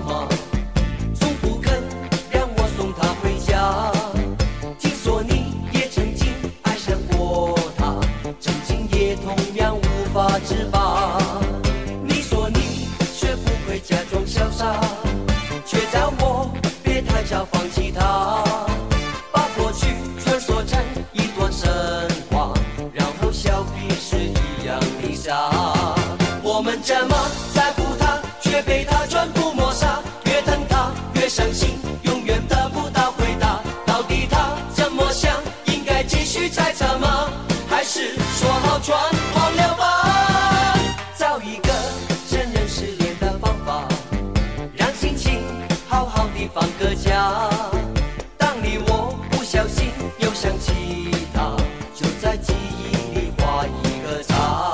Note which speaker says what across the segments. Speaker 1: 码，从不肯让我送他回家。听说你也曾经爱上过他，曾经也同样无法自拔。你说你学不会假装潇洒，却叫我别太早放弃他。把过去穿梭成一段神话，然后笑彼此一样的傻。我们怎么在乎他，却被他全部抹杀？越疼他越伤心，永远得不到回答。到底他怎么想？应该继续猜测吗？还是说好全忘了吧？找一个承认失恋的方法。让心情好好的放个假。当你我不小心又想起他，就在记忆里画一个叉。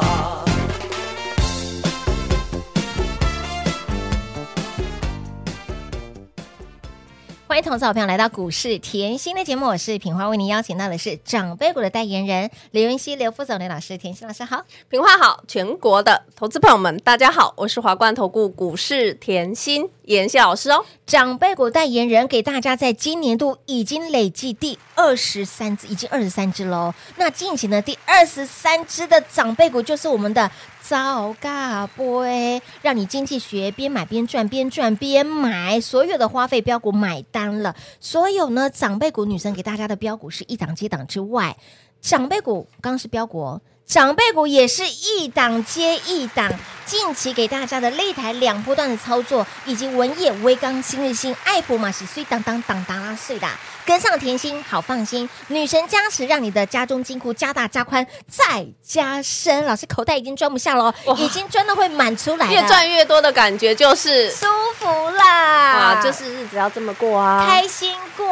Speaker 2: 欢迎同早朋友来到股市甜心的节目，我是品花，为您邀请到的是长辈股的代言人刘云熙、刘副总、刘老师、甜心老师好。
Speaker 3: 平话好，全国的投资朋友们，大家好，我是华冠投顾股市甜心妍希老师哦。
Speaker 2: 长辈股代言人给大家在今年度已经累计第二十三只，已经二十三只喽。那进行的第二十三只的长辈股就是我们的糟嘎波，哎让你经济学边买边赚，边赚边买，所有的花费标股买单了。所有呢长辈股女生给大家的标股是一档接档之外，长辈股刚刚是标股哦。长辈股也是一档接一档，近期给大家的擂台两波段的操作，以及文业、微刚、新日新、爱普马是碎当当当当啦碎啦，跟上甜心好放心，女神加持让你的家中金库加大加宽再加深，老师口袋已经装不下了哦，
Speaker 3: 哇
Speaker 2: 已经装的会满出来了，
Speaker 3: 越赚越多的感觉就是
Speaker 2: 舒服啦，
Speaker 3: 啊，就是日子要这么过啊，
Speaker 2: 开心过，。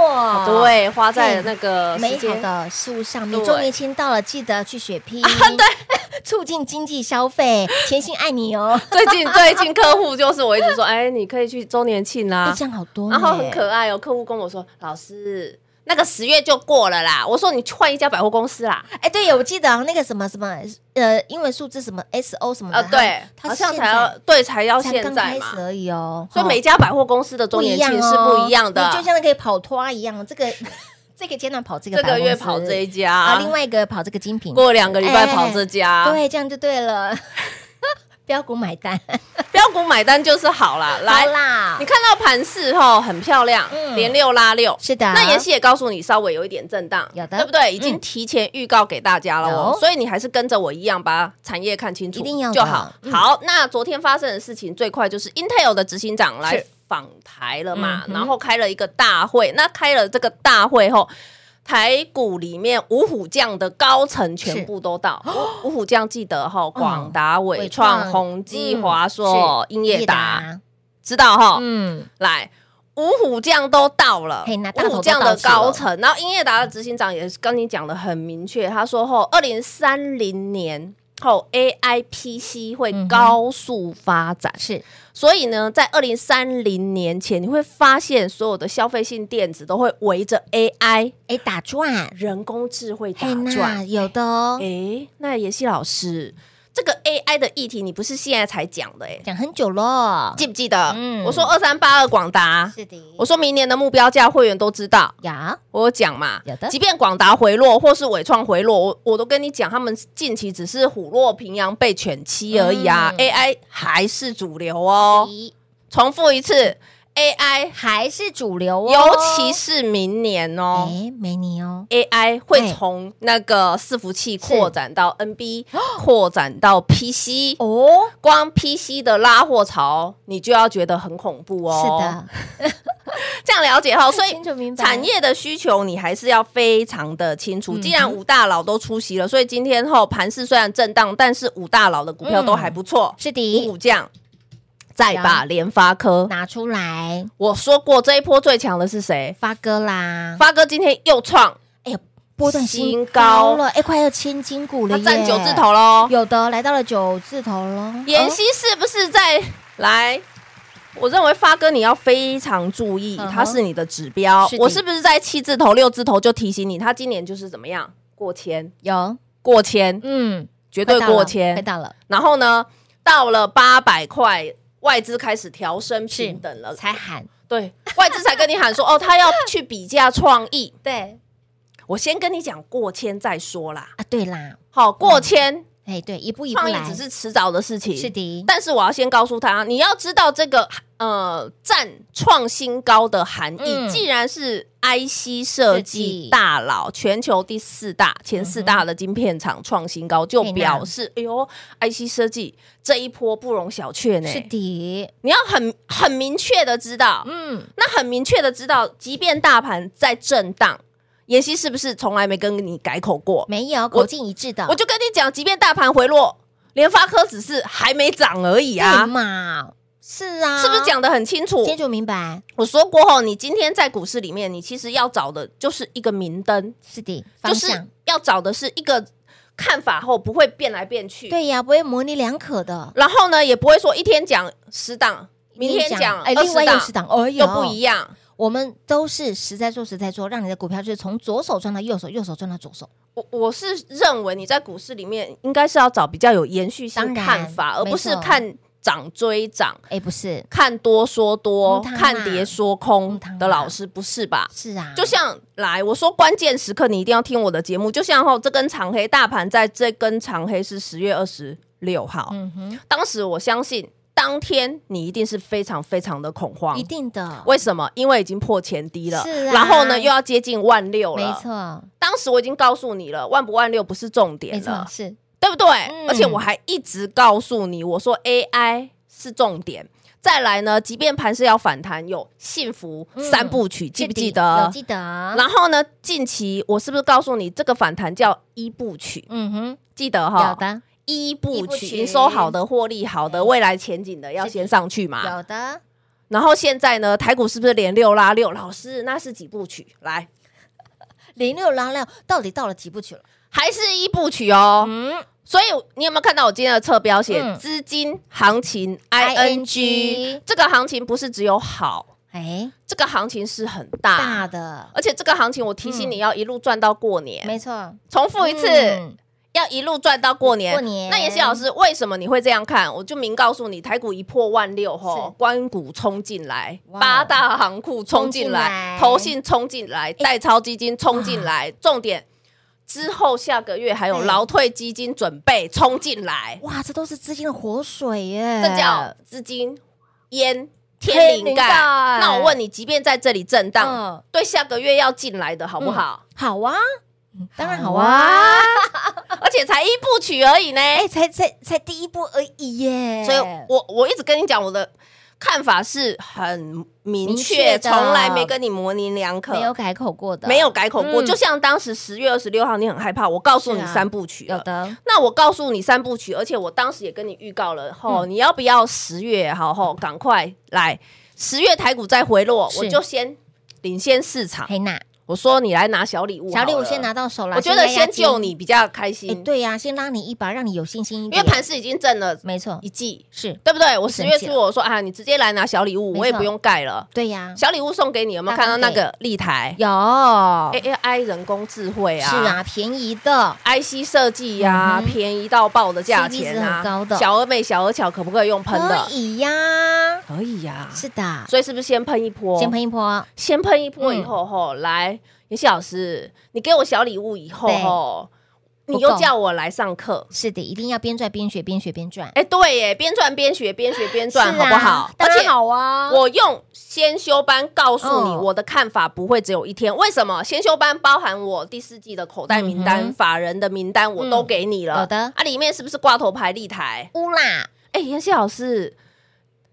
Speaker 3: 对，花在那个呃时
Speaker 2: 哦哎美好
Speaker 3: 间
Speaker 2: 的事物上面，
Speaker 3: 对
Speaker 2: 周年庆到了，记得去血 拼，对， 促进经济消费，甜心爱你哦。
Speaker 3: 最近最近客户就是我一直说，哎，你可以去周年庆
Speaker 2: 哎
Speaker 3: 啊，
Speaker 2: 这样好多呢，
Speaker 3: 然后很可爱哦。客户跟我说，老师。那个十月就过了啦，我说你去换一家百货公司啦，
Speaker 2: 哎，对，我记得那个什么什么呃，英文数字什么 S O 什么的，
Speaker 3: 啊，对，
Speaker 2: 它它
Speaker 3: 好像
Speaker 2: 现
Speaker 3: 才
Speaker 2: 在
Speaker 3: 要对才要
Speaker 2: 才
Speaker 3: 现
Speaker 2: 刚
Speaker 3: 在
Speaker 2: 开
Speaker 3: 嘛
Speaker 2: 始，而已哦，
Speaker 3: 所以
Speaker 2: 哦
Speaker 3: 每家百货公司的周
Speaker 2: 不
Speaker 3: 年
Speaker 2: 一样
Speaker 3: 庆
Speaker 2: 哦
Speaker 3: 是不一样的，
Speaker 2: 你就像那个跑拖拉一样，这个 这个阶段跑这个
Speaker 3: 这
Speaker 2: 百货
Speaker 3: 个
Speaker 2: 公司，
Speaker 3: 月跑这一家，哎
Speaker 2: 啊，另外一个跑这个精品，
Speaker 3: 过啊两个礼拜跑这家，
Speaker 2: 对，这样就对 了， 标股买单，
Speaker 3: 标股买单就是好啦。来，
Speaker 2: 好啦
Speaker 3: 你，看到盘势吼很漂亮，
Speaker 2: 嗯
Speaker 3: 连六拉六。
Speaker 2: 是的，
Speaker 3: 那妍希也告诉你，稍微有一点震荡，
Speaker 2: 啊有的嗯
Speaker 3: 对不对？已经提前预告给大家了哦，
Speaker 2: 有
Speaker 3: 所以你还是跟着我一样，把产业看清楚，
Speaker 2: 一定要的
Speaker 3: 就好。
Speaker 2: 嗯
Speaker 3: 好，那昨天发生的事情最快就是 Intel 的执行长来
Speaker 2: 是
Speaker 3: 访台了嘛，
Speaker 2: 嗯哼
Speaker 3: 然后开了一个大会。那开了这个大会后，台股里面五虎将的高层全部都到。 五五虎将记得哈，广达、伟
Speaker 2: 嗯伟创
Speaker 3: 创、宏基、
Speaker 2: 嗯
Speaker 3: 华硕、英业
Speaker 2: 业
Speaker 3: 达，，知道哈？
Speaker 2: 嗯，
Speaker 3: 来。五虎将都到了，
Speaker 2: 嘿那大头
Speaker 3: 五
Speaker 2: 都
Speaker 3: 虎将
Speaker 2: 到
Speaker 3: 的
Speaker 2: 齐了
Speaker 3: 高层，然后英业达的执行长也是跟你讲的很明确，他说后二零三零年后 AI PC 会
Speaker 2: 嗯哼
Speaker 3: 高速发展，
Speaker 2: 嗯是
Speaker 3: 所以呢，在二零三零年前，你会发现所有的消费性电子都会围着 AI
Speaker 2: 哎打转，
Speaker 3: 人工智慧打
Speaker 2: 嘿那
Speaker 3: 转。
Speaker 2: 有的哦，
Speaker 3: 哎，那妍希老师，这个 AI 的议题你不是现在才讲的哎、
Speaker 2: 讲很久咯，
Speaker 3: 记不记得？
Speaker 2: 嗯
Speaker 3: 我说二三八二广达，
Speaker 2: 是的，
Speaker 3: 我说明年的哦目标价会员都知道，
Speaker 2: 呀，
Speaker 3: 我有讲嘛。
Speaker 2: 有的
Speaker 3: 即便广达回落或是伟创回落，我我都跟你讲，他们近期只是虎落平阳被犬欺而已啊、
Speaker 2: 嗯
Speaker 3: a i 还是主流哦。
Speaker 2: 咦
Speaker 3: 重复一次，AI
Speaker 2: 还是主流哦，
Speaker 3: 尤其是明年哦。
Speaker 2: 哎美女哦，
Speaker 3: AI 会从那个伺服器扩展到 NB，扩展到 PC，
Speaker 2: 哦，
Speaker 3: 光 PC 的拉货潮，你就要觉得很恐怖
Speaker 2: 是
Speaker 3: 哦。
Speaker 2: 的，
Speaker 3: 是的，这样了解后，所以
Speaker 2: 清楚明白
Speaker 3: 哦产业的需求你还是要非常的清楚。既然五大佬都出席了，所以今天嗯后盘势虽然震荡，但是五大佬的股票都还不错，
Speaker 2: 是
Speaker 3: 五
Speaker 2: 的，
Speaker 3: 股降。再把联发科，
Speaker 2: 拿出来，
Speaker 3: 我说过这一波最强的是谁？
Speaker 2: 发哥啦，
Speaker 3: 发哥今天又创，
Speaker 2: 哎呦，波段
Speaker 3: 新
Speaker 2: 新
Speaker 3: 高
Speaker 2: 高了，哎，快要千金股了
Speaker 3: 它
Speaker 2: 耶，
Speaker 3: 占九字头喽。
Speaker 2: 有的来到了九字头喽。
Speaker 3: 妍希是不是在来？我认为发哥你要非常注意，
Speaker 2: 嗯哼
Speaker 3: 它是你的指标
Speaker 2: 是。的
Speaker 3: 我是不是在七字头、六字头就提醒你，它今年就是怎么样过
Speaker 2: 哦
Speaker 3: 千，
Speaker 2: 有，
Speaker 3: 过千，
Speaker 2: 嗯，
Speaker 3: 绝对过
Speaker 2: 快
Speaker 3: 千。
Speaker 2: 到了，
Speaker 3: 然后呢，到了八百块，外资开始调升平等了，
Speaker 2: 才喊
Speaker 3: 对，外资才跟你 喊说，哦，他要去比价创意。
Speaker 2: 对
Speaker 3: 我先跟你讲过千再说啦。
Speaker 2: 啊，对啦，
Speaker 3: 好，过千
Speaker 2: 哎，对，一步一步
Speaker 3: 创意
Speaker 2: 来，
Speaker 3: 只是迟早的事情。
Speaker 2: 嗯是的，
Speaker 3: 但是我要先告诉他，你要知道这个呃占创新高的含义。
Speaker 2: 嗯
Speaker 3: 既然是 IC 设计大佬，全球第四大、前四大的晶片厂创新高，就
Speaker 2: 对呢
Speaker 3: 表示，哎呦，IC 设计这一波不容小觑呢。
Speaker 2: 是的，
Speaker 3: 你要很很明确的知道，
Speaker 2: 嗯，
Speaker 3: 那很明确的知道，即便大盘在震荡，妍希是不是从来没跟你改口过？
Speaker 2: 没有口径一致的，
Speaker 3: 我就跟你讲，即便大盘回落，联发科只是还没涨而已啊。
Speaker 2: 对嘛，是啊，
Speaker 3: 是不是讲得很清楚？
Speaker 2: 清楚明白？
Speaker 3: 我说过后，你今天在股市里面，你其实要找的就是一个明灯，
Speaker 2: 是的，
Speaker 3: 就
Speaker 2: 方
Speaker 3: 是
Speaker 2: 向
Speaker 3: 要找的是一个看法后不会变来变去，，
Speaker 2: 对呀，不会模棱两可的，
Speaker 3: 然后呢也不会说一天讲十档，明天讲
Speaker 2: 哎，
Speaker 3: 20
Speaker 2: 另外又
Speaker 3: 档
Speaker 2: 是档，哎呦，
Speaker 3: 又不一样。
Speaker 2: 我们都是实在做实在做，让你的股票就是从左手转到右手，右手转到左手。
Speaker 3: 我我是认为你在股市里面应该是要找比较有延续
Speaker 2: 当
Speaker 3: 性
Speaker 2: 然
Speaker 3: 看法，而
Speaker 2: 没
Speaker 3: 不是
Speaker 2: 错
Speaker 3: 看涨追涨、
Speaker 2: 哎，不是，
Speaker 3: 看多说多、
Speaker 2: 嗯当然
Speaker 3: 看跌说空
Speaker 2: 嗯当然
Speaker 3: 的老师，不是吧？
Speaker 2: 是啊，
Speaker 3: 就像来我说关键时刻你一定要听我的节目，就像吼这根长黑大盘在这根长黑是十月二十六号，
Speaker 2: 嗯哼，
Speaker 3: 当时我相信当天你一定是非常非常的恐慌
Speaker 2: 一，定的，
Speaker 3: 为什么？因为已经破前低了，
Speaker 2: 是啊
Speaker 3: 然后呢又要接近万六
Speaker 2: 没
Speaker 3: 了。
Speaker 2: 错，
Speaker 3: 当时我已经告诉你了，万不万六不是重
Speaker 2: 没
Speaker 3: 点
Speaker 2: 错，
Speaker 3: 了，
Speaker 2: 是
Speaker 3: 对不对？
Speaker 2: 嗯
Speaker 3: 而且我还一直告诉你，我说 AI 是重点。再来呢，即便盘是要反弹，有幸福三部曲，记不记得？
Speaker 2: 嗯有记得，
Speaker 3: 然后呢，近期我是不是告诉你这个反弹叫一部曲？
Speaker 2: 嗯哼，
Speaker 3: 记得
Speaker 2: 有
Speaker 3: 哈，
Speaker 2: 的，
Speaker 3: 一
Speaker 2: 一
Speaker 3: 部
Speaker 2: 部
Speaker 3: 曲，
Speaker 2: 曲
Speaker 3: 营收好的、获利好
Speaker 2: 哎
Speaker 3: 的、未来前景的要
Speaker 2: 是
Speaker 3: 先上去嘛。
Speaker 2: 有的，
Speaker 3: 然后现在呢，台股是不是连六拉六？老师，那是几部曲？来，
Speaker 2: 零六零六到底到了几步去了？
Speaker 3: 还是一部曲哦。
Speaker 2: 嗯，
Speaker 3: 所以你有没有看到我今天的侧标写
Speaker 2: 嗯
Speaker 3: 资金行情
Speaker 2: ING
Speaker 3: ING？这个行情不是只有好，
Speaker 2: 哎，
Speaker 3: 这个行情是很
Speaker 2: 大
Speaker 3: 大，
Speaker 2: 的，嗯
Speaker 3: 而且这个行情我提醒你要一路赚到过年。
Speaker 2: 没错，
Speaker 3: 重复一次，
Speaker 2: 嗯
Speaker 3: 要一路赚到过年。
Speaker 2: 过年
Speaker 3: 那妍希老师，为什么你会这样看？我就明告诉你，台股一破万六后
Speaker 2: 是，
Speaker 3: 关股冲进来，
Speaker 2: 哇哦
Speaker 3: 八大行库冲进
Speaker 2: 冲进来啊
Speaker 3: 来，投信冲进来，代超基金冲进来，重点。之后下个月还有
Speaker 2: 对
Speaker 3: 劳退基金准备冲进来，
Speaker 2: 哇，这都是资金的活水耶，
Speaker 3: 这叫资金淹
Speaker 2: 天
Speaker 3: 天灵
Speaker 2: 灵
Speaker 3: 盖。
Speaker 2: 盖
Speaker 3: 那我问你，即便在这里震荡，
Speaker 2: 嗯，
Speaker 3: 对下个月要进来的好不好？
Speaker 2: 好啊，嗯当然好
Speaker 3: 好
Speaker 2: 啊，
Speaker 3: 而且才一部曲而已呢。
Speaker 2: 哎，才才才第一步而已耶，
Speaker 3: 所以我我一直跟你讲，我的看法是很明
Speaker 2: 明确
Speaker 3: 确，
Speaker 2: 的
Speaker 3: 从来没跟你模棱两可，
Speaker 2: 没有改口过的，
Speaker 3: 没有改口过。
Speaker 2: 嗯
Speaker 3: 就像当时十月二十六号，你很害怕，我告诉
Speaker 2: 是
Speaker 3: 你
Speaker 2: 啊
Speaker 3: 三部曲
Speaker 2: 有
Speaker 3: 了。
Speaker 2: 的，
Speaker 3: 那我告诉你三部曲，而且我当时也跟你预告了，吼，
Speaker 2: 嗯
Speaker 3: 你要不要十月？好吼，赶快来，十月台股再回落，
Speaker 2: 是
Speaker 3: 我就先领先市场。
Speaker 2: 黑娜。
Speaker 3: 我说你来拿小礼物好
Speaker 2: 小
Speaker 3: 了，
Speaker 2: 礼物先拿到手了，
Speaker 3: 我觉得
Speaker 2: 压压
Speaker 3: 先
Speaker 2: 惊
Speaker 3: 救你。比较开
Speaker 2: 哎，
Speaker 3: 心，
Speaker 2: 对呀、嗯先拉你一把，让你有信心一
Speaker 3: 因为
Speaker 2: 点。
Speaker 3: 盘市已经震了
Speaker 2: 没错，
Speaker 3: 一季，
Speaker 2: 是
Speaker 3: 对不对？我
Speaker 2: 一
Speaker 3: 十
Speaker 2: 整
Speaker 3: 月
Speaker 2: 季
Speaker 3: 初我说啊，你直接来拿小礼物，
Speaker 2: 没
Speaker 3: 我也
Speaker 2: 错
Speaker 3: 不用盖了。
Speaker 2: 对呀、
Speaker 3: 小礼物送给你，有没有
Speaker 2: 大
Speaker 3: 看到
Speaker 2: 方
Speaker 3: 那
Speaker 2: 给
Speaker 3: 个立台
Speaker 2: 有、
Speaker 3: ？AI 人工智慧啊，
Speaker 2: 是啊，便宜的，
Speaker 3: ，IC 设计呀
Speaker 2: 嗯，哼
Speaker 3: 便宜到爆的价
Speaker 2: CP
Speaker 3: 钱
Speaker 2: 值
Speaker 3: 啊
Speaker 2: 很高的，
Speaker 3: 小而美、小而巧可不可以用喷
Speaker 2: 可
Speaker 3: 的？
Speaker 2: 以呀、
Speaker 3: 可以呀，
Speaker 2: 是的，
Speaker 3: 所以是不是先喷一波？
Speaker 2: 先喷一波，
Speaker 3: 先喷一波以
Speaker 2: 嗯
Speaker 3: 后吼，来，妍希老师，你给我小礼物以后
Speaker 2: 对
Speaker 3: 吼，你
Speaker 2: 不
Speaker 3: 又
Speaker 2: 够
Speaker 3: 叫我来上课。
Speaker 2: 是的，一定要边赚边学，边学边赚，
Speaker 3: 哎，对耶，边赚边学，边学边赚，
Speaker 2: 是
Speaker 3: 好
Speaker 2: 啊
Speaker 3: 不好？
Speaker 2: 当
Speaker 3: 而
Speaker 2: 然
Speaker 3: 且
Speaker 2: 好啊，
Speaker 3: 我用先修班告诉你，
Speaker 2: 哦
Speaker 3: 我的看法不会只有一天。为什么？先修班包含我第四季的口袋名单、
Speaker 2: 嗯哼嗯
Speaker 3: 法人的名单，我都给你了。
Speaker 2: 好的
Speaker 3: 啊，里面是不是挂头牌立台？
Speaker 2: 乌啦，
Speaker 3: 哎，妍希老师，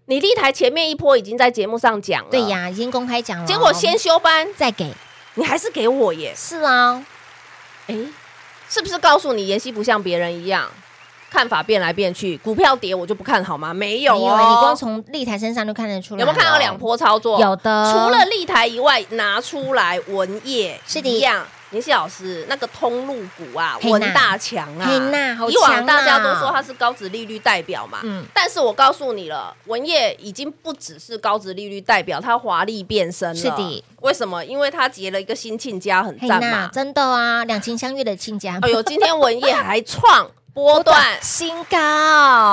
Speaker 3: 你立台前面一波已经在节目上讲了，
Speaker 2: 对、呀，已经公开讲了，
Speaker 3: 啊结果先修班，
Speaker 2: 再给，
Speaker 3: 你还是给我耶？
Speaker 2: 是啊，
Speaker 3: 哎，是不是告诉你妍希不像别人一样？看法变来变去，股票跌我就不看好吗？没有
Speaker 2: 没有啊你光
Speaker 3: 哦，
Speaker 2: 从立台身上就看得出来，
Speaker 3: 有没有看到两？波操作？
Speaker 2: 有的，
Speaker 3: 除了立台以外，拿出来文业
Speaker 2: 是的
Speaker 3: 一样。林夕老师，那个通路股啊，
Speaker 2: 嘿呐
Speaker 3: 文大强啊，
Speaker 2: 嘿呐好
Speaker 3: 以往
Speaker 2: 强
Speaker 3: 大家
Speaker 2: 啊
Speaker 3: 都说它是高值利率代表嘛，
Speaker 2: 嗯
Speaker 3: 但是我告诉你了，文业已经不只是高值利率代表，它华丽变身了。
Speaker 2: 是的，
Speaker 3: 为什么？因为它结了一个新亲家，很
Speaker 2: 嘿
Speaker 3: 赞
Speaker 2: 娜
Speaker 3: 嘛。
Speaker 2: 真的啊，两情相悦的亲家，
Speaker 3: 哎呦，今天文业还创波段，哦
Speaker 2: 新高，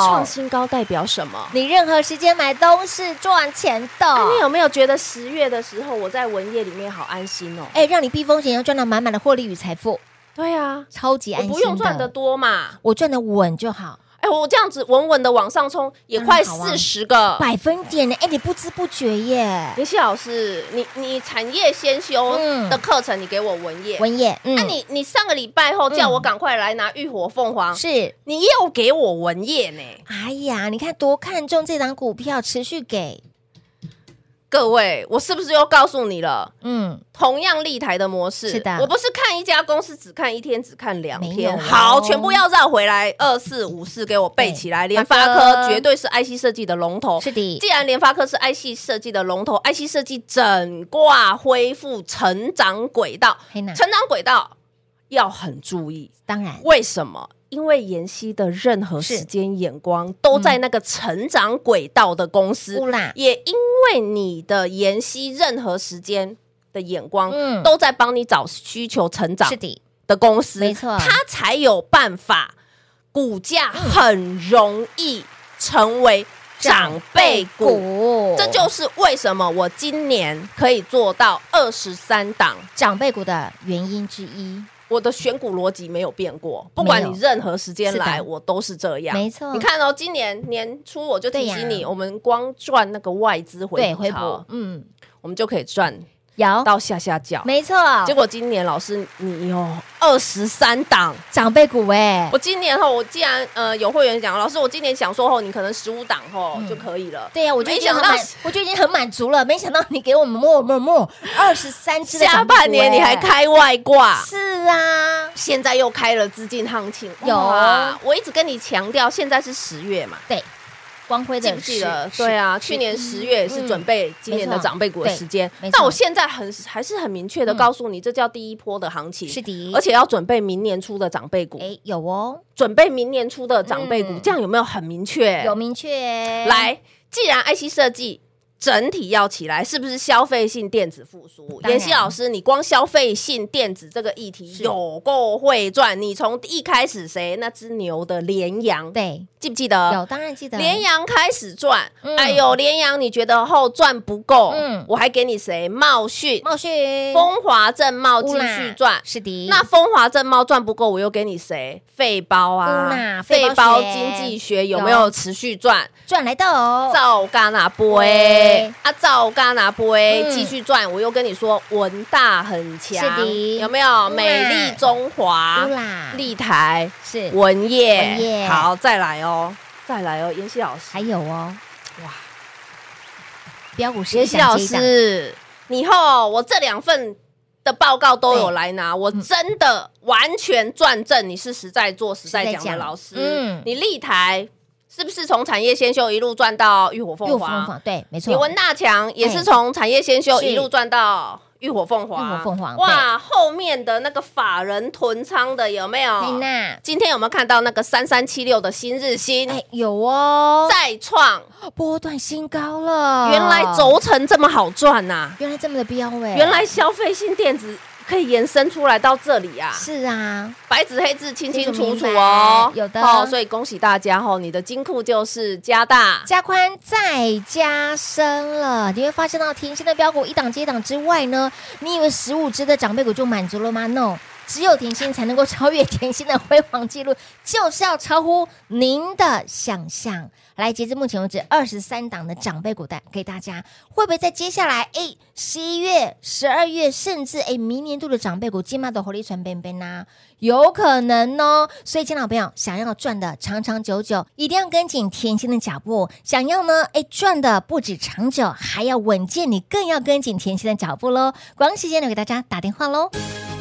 Speaker 3: 创新高代表什么？
Speaker 2: 你任何时间买都是赚钱的。
Speaker 3: 你哎有没有觉得十月的时候，我在文业里面好安心哦？
Speaker 2: 哎，让你避风险，要赚到满满的获利与财富，
Speaker 3: 对啊，
Speaker 2: 超级安
Speaker 3: 我
Speaker 2: 心
Speaker 3: 不用赚得
Speaker 2: 的，
Speaker 3: 多嘛。
Speaker 2: 我赚的稳就好，
Speaker 3: 哎，我这样子稳稳的往上冲，也快
Speaker 2: 当然好啊
Speaker 3: 四十个。
Speaker 2: 百分点呢？哎，你不知不觉耶，
Speaker 3: 林夕老师，你你产业先修
Speaker 2: 嗯
Speaker 3: 的课程，你给我文业。
Speaker 2: 文业，嗯
Speaker 3: 那、你你上个礼拜后叫
Speaker 2: 嗯
Speaker 3: 我赶快来拿浴火凤凰，
Speaker 2: 是。
Speaker 3: 你又给我文业呢？
Speaker 2: 哎呀，你看多看重这档股票，持续给，
Speaker 3: 各位，我是不是又告诉你了？
Speaker 2: 嗯，
Speaker 3: 同样立台的模式，
Speaker 2: 是的
Speaker 3: 我不是看一家公司只看一天，只看两
Speaker 2: 没有
Speaker 3: 天，
Speaker 2: 哦
Speaker 3: 好，全部要绕回来，二四五四给我背起来。
Speaker 2: 对
Speaker 3: 联发
Speaker 2: 发科
Speaker 3: 科绝对是 IC 设计的龙头，
Speaker 2: 哦是的
Speaker 3: 既然联发科是 IC 设计的龙头，IC 设计整挂恢复成长轨道，
Speaker 2: 黑娜，
Speaker 3: 成长轨道要很注意，
Speaker 2: 当然
Speaker 3: 为什么？因为妍希的任何
Speaker 2: 是
Speaker 3: 时间眼光都在那个成长轨道的公司，
Speaker 2: 乌啦，
Speaker 3: 也因为你的妍希任何时间的眼光，
Speaker 2: 嗯
Speaker 3: 都在帮你找需求成长
Speaker 2: 是的，
Speaker 3: 的公司，
Speaker 2: 没错
Speaker 3: 它才有办法，股价很容易成为长辈股。
Speaker 2: 哦
Speaker 3: 这就是为什么我今年可以做到二十三档，
Speaker 2: 长辈股的原因之一，
Speaker 3: 我的选股逻辑没有变过，不管你任何时间
Speaker 2: 是
Speaker 3: 来，
Speaker 2: 的
Speaker 3: 我都是这样。
Speaker 2: 没错
Speaker 3: 你看哦，今年年初我就提醒
Speaker 2: 对
Speaker 3: 你，
Speaker 2: 呀
Speaker 3: 我们光赚那个外资回
Speaker 2: 对，回
Speaker 3: 回
Speaker 2: 补，嗯，
Speaker 3: 我们就可以赚
Speaker 2: 有，
Speaker 3: 到下下脚。
Speaker 2: 没错，
Speaker 3: 结果今年老师你有二十三档，
Speaker 2: 长辈股哎
Speaker 3: 我，今年后我既然呃有会员讲，老师我今年想说后你可能十五档后就可以了。
Speaker 2: 嗯对呀、啊我就已
Speaker 3: 没
Speaker 2: 经
Speaker 3: 想
Speaker 2: 很
Speaker 3: 到
Speaker 2: 满，我就已经很满足了。没想到你给我们默默默二十三只的
Speaker 3: 下
Speaker 2: 长辈股
Speaker 3: 半年你还
Speaker 2: 哎？
Speaker 3: 开外挂，
Speaker 2: 是啊，
Speaker 3: 现在又开了资金行情，
Speaker 2: 有啊
Speaker 3: 哇我一直跟你强调，现在是十月嘛，
Speaker 2: 对，光辉的
Speaker 3: 记不记
Speaker 2: 是
Speaker 3: 得？
Speaker 2: 是
Speaker 3: 对啊，
Speaker 2: 是
Speaker 3: 去年十月也是准备今年的长辈股的时间
Speaker 2: 嗯没错对没，错嗯
Speaker 3: 但我现在很还是很明确的告诉你，这叫第一波的行情，
Speaker 2: 是的
Speaker 3: 而且要准备明年初的长辈股，
Speaker 2: 哎有哦，
Speaker 3: 准备明年初的长辈股
Speaker 2: 嗯，
Speaker 3: 这样有没有很明确？
Speaker 2: 有明确
Speaker 3: 来，既然 IC 设计整体要起来，是不是消费性电子复苏？
Speaker 2: 当然
Speaker 3: 妍希老师，你光消费性电子这个议题有够会赚，你从一开始谁那只牛的联阳，
Speaker 2: 对
Speaker 3: 记不记得？
Speaker 2: 有，当然记得
Speaker 3: 联阳开始赚，
Speaker 2: 嗯
Speaker 3: 哎呦，联阳你觉得后赚不够，
Speaker 2: 嗯
Speaker 3: 我还给你谁？茂讯、
Speaker 2: 茂讯
Speaker 3: 风华正茂继
Speaker 2: 乌啦
Speaker 3: 续赚，
Speaker 2: 是的，
Speaker 3: 那风华正猫赚不够，我又给你谁？费包
Speaker 2: 嗯呐
Speaker 3: 啊，
Speaker 2: 费
Speaker 3: 费
Speaker 2: 包
Speaker 3: 包
Speaker 2: 学
Speaker 3: 经济学有没有持续赚？
Speaker 2: 赚来的哦，
Speaker 3: 照嘎拿波
Speaker 2: 对
Speaker 3: 啊，照嘎拿波
Speaker 2: 嗯
Speaker 3: 继续赚。我又跟你说，文大很强，
Speaker 2: 是的
Speaker 3: 有没有？美丽中华
Speaker 2: 乌、啦
Speaker 3: 立台、
Speaker 2: 是
Speaker 3: 文
Speaker 2: 文
Speaker 3: 业，
Speaker 2: 业
Speaker 3: 好，再来哦，再来哦，妍希老师
Speaker 2: 还，有哦，
Speaker 3: 哇，
Speaker 2: 标股是
Speaker 3: 妍
Speaker 2: 一
Speaker 3: 希
Speaker 2: 档
Speaker 3: 老
Speaker 2: 接一档
Speaker 3: 师，你后我这两份的报告都有来拿，我真的完全转正，你是实在做实
Speaker 2: 实
Speaker 3: 在
Speaker 2: 在
Speaker 3: 讲的
Speaker 2: 讲
Speaker 3: 老师。
Speaker 2: 嗯
Speaker 3: 你立台是不是从产业先修一路赚到浴火
Speaker 2: 又
Speaker 3: 凤
Speaker 2: 凤
Speaker 3: 凰？
Speaker 2: 凰对，没错，
Speaker 3: 你文大强也是从产业先修
Speaker 2: 是
Speaker 3: 一路赚到。浴火凤凰，
Speaker 2: 浴火凤凰
Speaker 3: 哇！后面的那个法人囤仓的有没
Speaker 2: 嘿
Speaker 3: 有？
Speaker 2: 娜
Speaker 3: 今天有没有看到那个三三七六的新日新
Speaker 2: 哎有哦，
Speaker 3: 再创？
Speaker 2: 波段新高了，
Speaker 3: 原来轴承这么好赚呐、
Speaker 2: 原来这么的标哎，
Speaker 3: 原来消费性电子可以延伸出来到这里啊，
Speaker 2: 是啊，
Speaker 3: 白纸黑字清清楚楚哦。
Speaker 2: 清楚明白有的
Speaker 3: 哦，所以恭喜大家哦，你的金库就是加大。
Speaker 2: 加宽再加深了，你会发现到甜心的标股一档接一档之外呢，你以为十五只的长辈股就满足了吗？No，只有甜心才能够超越甜心的辉煌记录，就是要超乎您的想象。来，截至目前为止，二十三档的长辈股带给大家，会不会在接下来诶十一月、十二月，甚至诶明年度的长辈股，金马的活力传啊边边呐，有可能哦。所以，亲老朋友，想要赚的长长久久，一定要跟紧甜心的脚步。想要呢，诶赚的不止长久，还要稳健，你更要跟紧甜心的脚步喽。光时间留给大家打电话喽。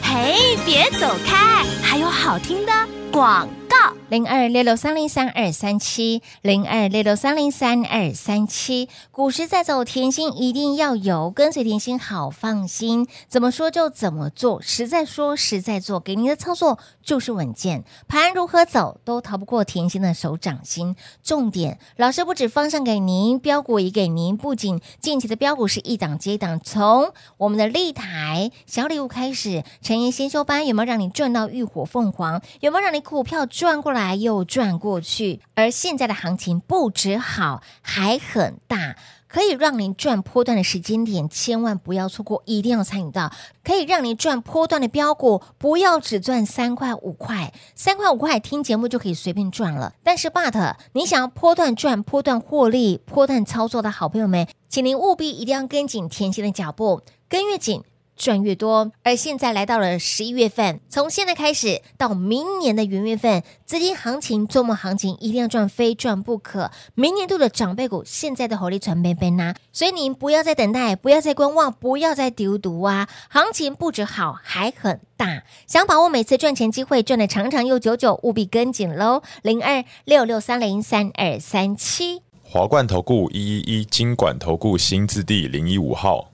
Speaker 4: 嘿，别走开，还有好听的广告。
Speaker 2: 零二六六三零三二三七，零二六六三零三二三七。股市在走，甜心一定要有，跟随甜心好放心。怎么说就怎么做，实在说实在做，给您的操作就是稳健。盘如何走都逃不过甜心的手掌心。重点，老师不止方向给您，标股也给您。不仅近期的标股是一档接一档，从我们的立台小礼物开始，陈妍先修班有没有让你赚到浴火凤凰？有没有让你股票转过来又转过去？而现在的行情不止好，还很大。可以让您赚波段的时间点，千万不要错过，一定要参与到。可以让您赚波段的标股，不要只赚三块五块，三块五块听节目就可以随便赚了。但是，but 你想要波段赚、波段获利、波段操作的好朋友们，请您务必一定要跟紧甜心的脚步，跟越紧。赚越多。而现在来到了十一月份，从现在开始到明年的元月份，资金行情、周末行情一定要赚，非赚不可。明年度的长辈股，现在的火力传边边呐，所以您不要再等待，不要再观望，不要再丢毒啊！行情不止好，还很大。想把握每次赚钱机会，赚的长长又久久，务必跟紧喽！零二六六三零三二三七。
Speaker 5: 华冠投顾一一一金管投顾新字第零一五号，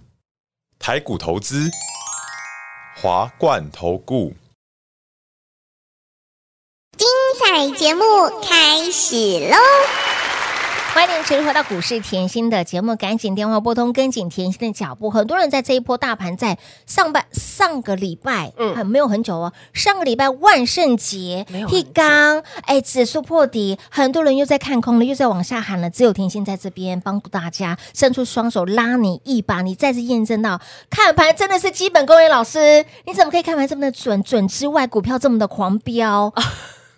Speaker 5: 台股投资，华冠投顾。
Speaker 6: 彩节目开始喽！
Speaker 2: 欢迎持续回到股市甜心的节目，赶紧电话拨通，跟紧甜心的脚步。很多人在这一波大盘在上半上个礼拜，嗯，
Speaker 3: 嗯
Speaker 2: 很没有很久哦，上个礼拜万圣节
Speaker 3: 没有很
Speaker 2: 一
Speaker 3: 久
Speaker 2: 刚，哎，指数破底，很多人又在看空了，又在往下喊了。只有甜心在这边帮助大家，伸出双手拉你一把，你再次验证到看盘真的是基本功。哎，老师，你怎么可以看盘这么的准？准之外，股票这么的狂飙？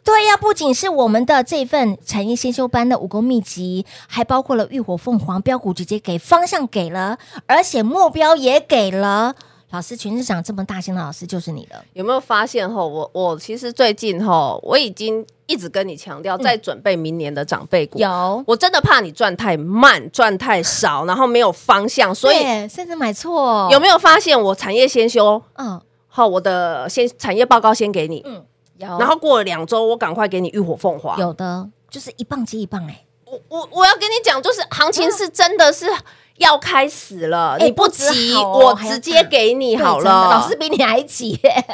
Speaker 2: 对呀、不仅是我们的这份产业先修班的武功秘籍，还包括了浴火凤凰标股直接给方向给了，而且目标也给了。老师，全市场这么大型的老师就是你了，
Speaker 3: 有没有发现哈？我我其实最近哈，我已经一直跟你强调，在准备明年的长辈股。
Speaker 2: 嗯有
Speaker 3: 我真的怕你赚太慢、赚太少，然后没有方向，所以
Speaker 2: 对甚至买错
Speaker 3: 有没有发现我产业先修？
Speaker 2: 嗯
Speaker 3: 好，我的先产业报告先给你，
Speaker 2: 有，
Speaker 3: 然后过了两周，我赶快给你浴火凤凰。
Speaker 2: 有的就是一棒接一棒哎、
Speaker 3: 我我我要跟你讲，就是行情是真的是要开始了，
Speaker 2: 哎
Speaker 3: 你不
Speaker 2: 不止
Speaker 3: 急，
Speaker 2: 好哦
Speaker 3: 我
Speaker 2: 还要
Speaker 3: 直接给你好
Speaker 2: 对真的
Speaker 3: 了。
Speaker 2: 老师，比你还急、耶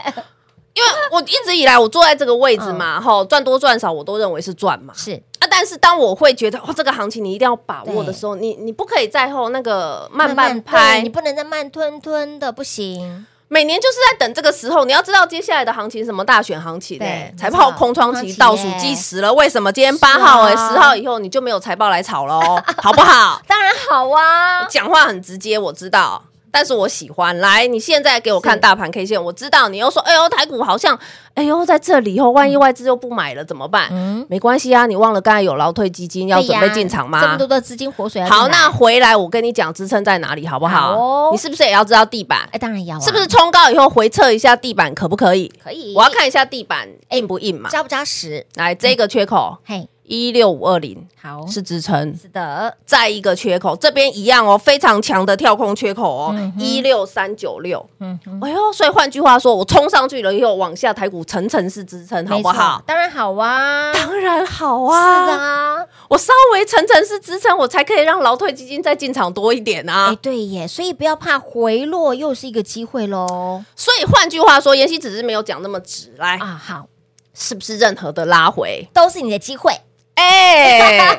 Speaker 3: 因为我一直以来我坐在这个位置
Speaker 2: 嗯
Speaker 3: 嘛，哈、赚多赚少我都认为 是赚嘛。
Speaker 2: 是
Speaker 3: 啊，但是当我会觉得哦，这个行情你一定要把握的时候，你你不可以再后那个慢慢拍，
Speaker 2: 对你不能再慢吞吞的，不行。
Speaker 3: 每年就是在等这个时候。你要知道接下来的行情，什么大选行情、
Speaker 2: 对
Speaker 3: 欸
Speaker 2: 没，错
Speaker 3: 财报空窗
Speaker 2: 空窗
Speaker 3: 期
Speaker 2: 期
Speaker 3: 倒数
Speaker 2: 耶
Speaker 3: 计时了，为什么今天八号哎、
Speaker 2: 是啊
Speaker 3: 十号以后你就没有财报来炒喽， 好不好？
Speaker 2: 当然好啊，
Speaker 3: 讲话很直接，我知道，但是我喜欢。来，你现在给我看大盘 K 线，我知道你又说，哎呦，台股好像，哎呦，在这里哦，万一外资又不买了怎么办？
Speaker 2: 嗯，
Speaker 3: 没关系啊，你忘了刚才有劳退基金要
Speaker 2: 对
Speaker 3: 准
Speaker 2: 呀
Speaker 3: 备进场吗？
Speaker 2: 这么多的资金活水要进
Speaker 3: 好，
Speaker 2: 来
Speaker 3: 那回来我跟你讲支撑在哪里，好不好？
Speaker 2: 好哦
Speaker 3: 你是不是也要知道地板？
Speaker 2: 哎当然要、啊，
Speaker 3: 是不是冲高以后回测一下地板可不可以？
Speaker 2: 可以？
Speaker 3: 我要看一下地板硬不硬嘛。
Speaker 2: 扎不扎实？
Speaker 3: 来，这个缺口
Speaker 2: 嘿，
Speaker 3: 一六五二零
Speaker 2: 好，
Speaker 3: 是支撑，
Speaker 2: 是的，
Speaker 3: 再一个缺口，这边一样哦，非常强的跳空缺口
Speaker 2: 嗯
Speaker 3: 哦，
Speaker 2: 哼
Speaker 3: 一六三九六。
Speaker 2: 嗯，
Speaker 3: 哎呦，所以换句话说，我冲上去了以后，往下台股层层是支撑，好
Speaker 2: 没错
Speaker 3: 不好？
Speaker 2: 当然好啊，
Speaker 3: 当然好
Speaker 2: 是
Speaker 3: 啊，
Speaker 2: 啊，
Speaker 3: 我稍微层层是支撑，我才可以让劳退基金再进场多一点啊。
Speaker 2: 哎，对耶，所以不要怕回落，又是一个机会喽。
Speaker 3: 所以换句话说，妍希只是没有讲那么直，来，
Speaker 2: 啊，好，
Speaker 3: 是不是任何的拉回？
Speaker 2: 都是你的机会，
Speaker 3: 哎、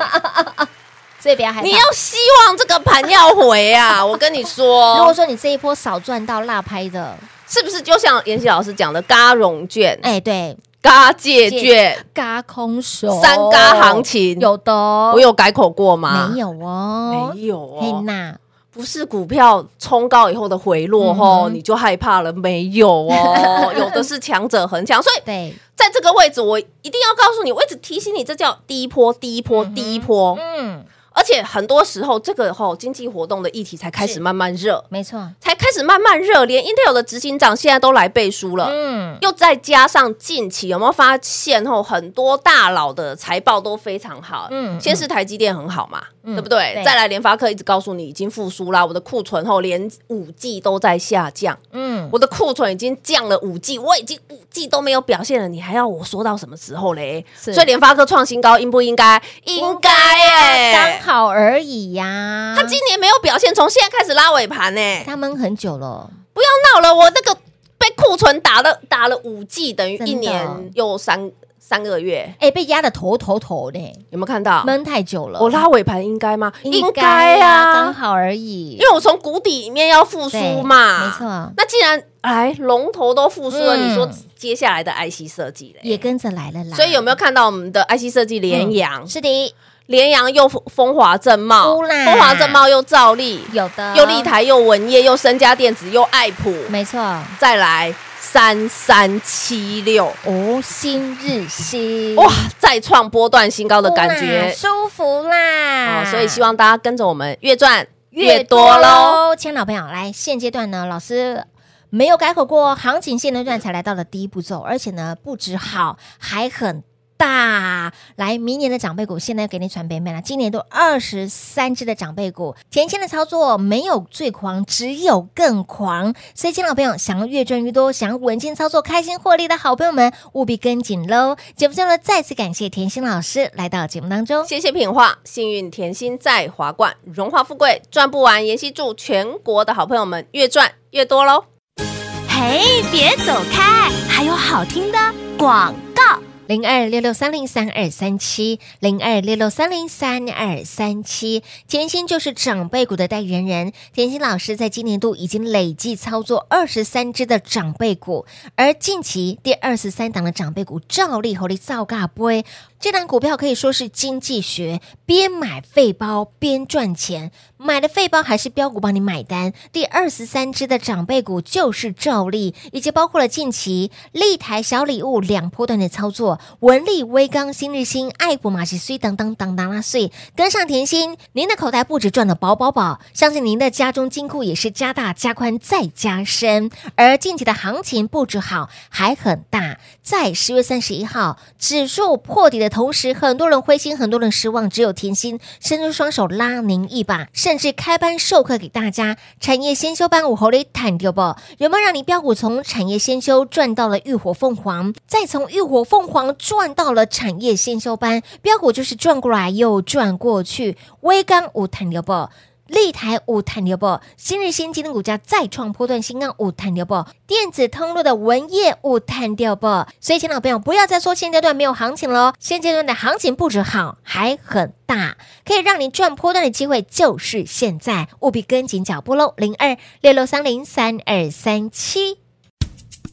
Speaker 2: 所以不要害怕。
Speaker 3: 你要希望这个盘要回 啊！我跟你
Speaker 2: 如果
Speaker 3: 说，
Speaker 2: 说你这一波少赚到辣拍的，
Speaker 3: 是不是就像妍希老师讲的，嘎融券、
Speaker 2: 哎，对，
Speaker 3: 嘎借券，
Speaker 2: 嘎空手，
Speaker 3: 三嘎行情
Speaker 2: 有的哦，
Speaker 3: 我有改口过吗？
Speaker 2: 没有哦？
Speaker 3: 没有
Speaker 2: 嘿
Speaker 3: 哦，
Speaker 2: 娜，
Speaker 3: 不是股票冲高以后的回落哦，
Speaker 2: 嗯哼
Speaker 3: 你就害怕了？没 有哦，有的是强者恒强，所以
Speaker 2: 对，
Speaker 3: 在这个位置，我一定要告诉你，我一直提醒你，这叫第一波，第一波，第一波。
Speaker 2: 嗯，
Speaker 3: 而且很多时候，这个吼、经济活动的议题才开
Speaker 2: 是
Speaker 3: 始慢慢热，
Speaker 2: 没错，
Speaker 3: 才开始慢慢热，连 Intel 的执行长现在都来背书了。
Speaker 2: 嗯，
Speaker 3: 又再加上近期有没有发现吼，很多大佬的财报都非常好。
Speaker 2: 嗯
Speaker 3: 嗯，先是台积电很好嘛，
Speaker 2: 嗯
Speaker 3: 对不对？
Speaker 2: 对
Speaker 3: 再来，联发科一直告诉你已经复苏啦，我的库存后连五 G 都在下降，
Speaker 2: 嗯，
Speaker 3: 我的库存已经降了五 G，我已经五 G 都没有表现了，你还要我说到什么时候嘞？
Speaker 2: 是
Speaker 3: 所以联发科创新高应不应该？应该
Speaker 2: 刚
Speaker 3: 耶、
Speaker 2: 好而已呀。
Speaker 3: 哎他今年没有表现，从现在开始拉尾盘呢、
Speaker 2: 他闷很久了，
Speaker 3: 不要闹了，我那个被库存打了打了五 G，等于
Speaker 2: 真的
Speaker 3: 一年又三三个月，
Speaker 2: 哎，被压的头头头呢，
Speaker 3: 有没有看到？
Speaker 2: 闷太久了。
Speaker 3: 我拉尾盘应该吗？应该
Speaker 2: 呀刚
Speaker 3: 啊，
Speaker 2: 好而已。
Speaker 3: 因为我从谷底里面要复苏嘛，
Speaker 2: 对没错
Speaker 3: 那既然来龙头都复苏了，
Speaker 2: 嗯
Speaker 3: 你说接下来的 IC 设计嘞？
Speaker 2: 也跟着来了啦。
Speaker 3: 所以有没有看到我们的 IC 设计联阳？
Speaker 2: 是的，
Speaker 3: 联阳又风华正茂，
Speaker 2: 乌啦
Speaker 3: 风华正茂又兆利，
Speaker 2: 有的
Speaker 3: 又立，台，又文业，又身家电子，又爱普，
Speaker 2: 没错。
Speaker 3: 再来三三七六，
Speaker 2: 哦，新日新
Speaker 3: 哇，再创波段新高的感
Speaker 2: 呼啦
Speaker 3: 觉
Speaker 2: 舒服啦。
Speaker 3: 哦，所以希望大家跟着我们越赚
Speaker 2: 越
Speaker 3: 越
Speaker 2: 多
Speaker 3: 多喽。
Speaker 2: 喽，亲爱的老朋友，来现阶段呢，老师。没有改口过，行情现阶段才来到了第一步骤，而且呢，不止好，还很大。来，明年的长辈股现在给你传北美了，今年都二十三只的长辈股，前线的操作没有最狂，只有更狂。所以，亲爱的朋友，想要越赚越多，想要稳健操作、开心获利的好朋友们，务必跟紧喽！节目最后呢，再次感谢甜心老师来到节目当中。
Speaker 3: 谢谢品画，幸运甜心在华冠，荣华富贵赚不完。妍希祝全国的好朋友们越赚越多喽！
Speaker 4: 嘿，别走开，还有好听的广告。
Speaker 2: 零二六六三零三二三七，零二六六三零三二三七，甜心就是长辈股的代言人。甜心老师在今年度已经累计操作二十三只的长辈股，而近期第二十三档的长辈股照例侯利造尬杯，这档股票可以说是经济学，边买费包边赚钱，买的费包还是标股帮你买单。第二十三只的长辈股就是照例，以及包括了近期立台小礼物两波段的操作，文利、微刚、新日新、爱普、马西、虽当当当当啦碎，跟上甜心，您的口袋不止赚了饱饱饱，相信您的家中金库也是加大、加宽、再加深。而近期的行情不止好，还很大，在十月三十一号指数破底的同时，很多人灰心，很多人失望，只有甜心伸出双手拉您一把，甚至开班授课给大家产业先修班，我侯雷坦掉不？有没有让你标股从产业先修赚到了浴火凤凰，再从浴火凤凰赚到了产业先修班？标股就是转过来又转过去，微刚五坦掉不？立台五探牛报，新日新今天股价再创波段新高，五探牛报，电子通路的文业五探掉报，所以，亲爱的朋友，不要再说现阶段没有行情喽，现阶段的行情不止好，还很大，可以让你赚波段的机会就是现在，务必跟紧脚步喽，零二六六三零三二三七。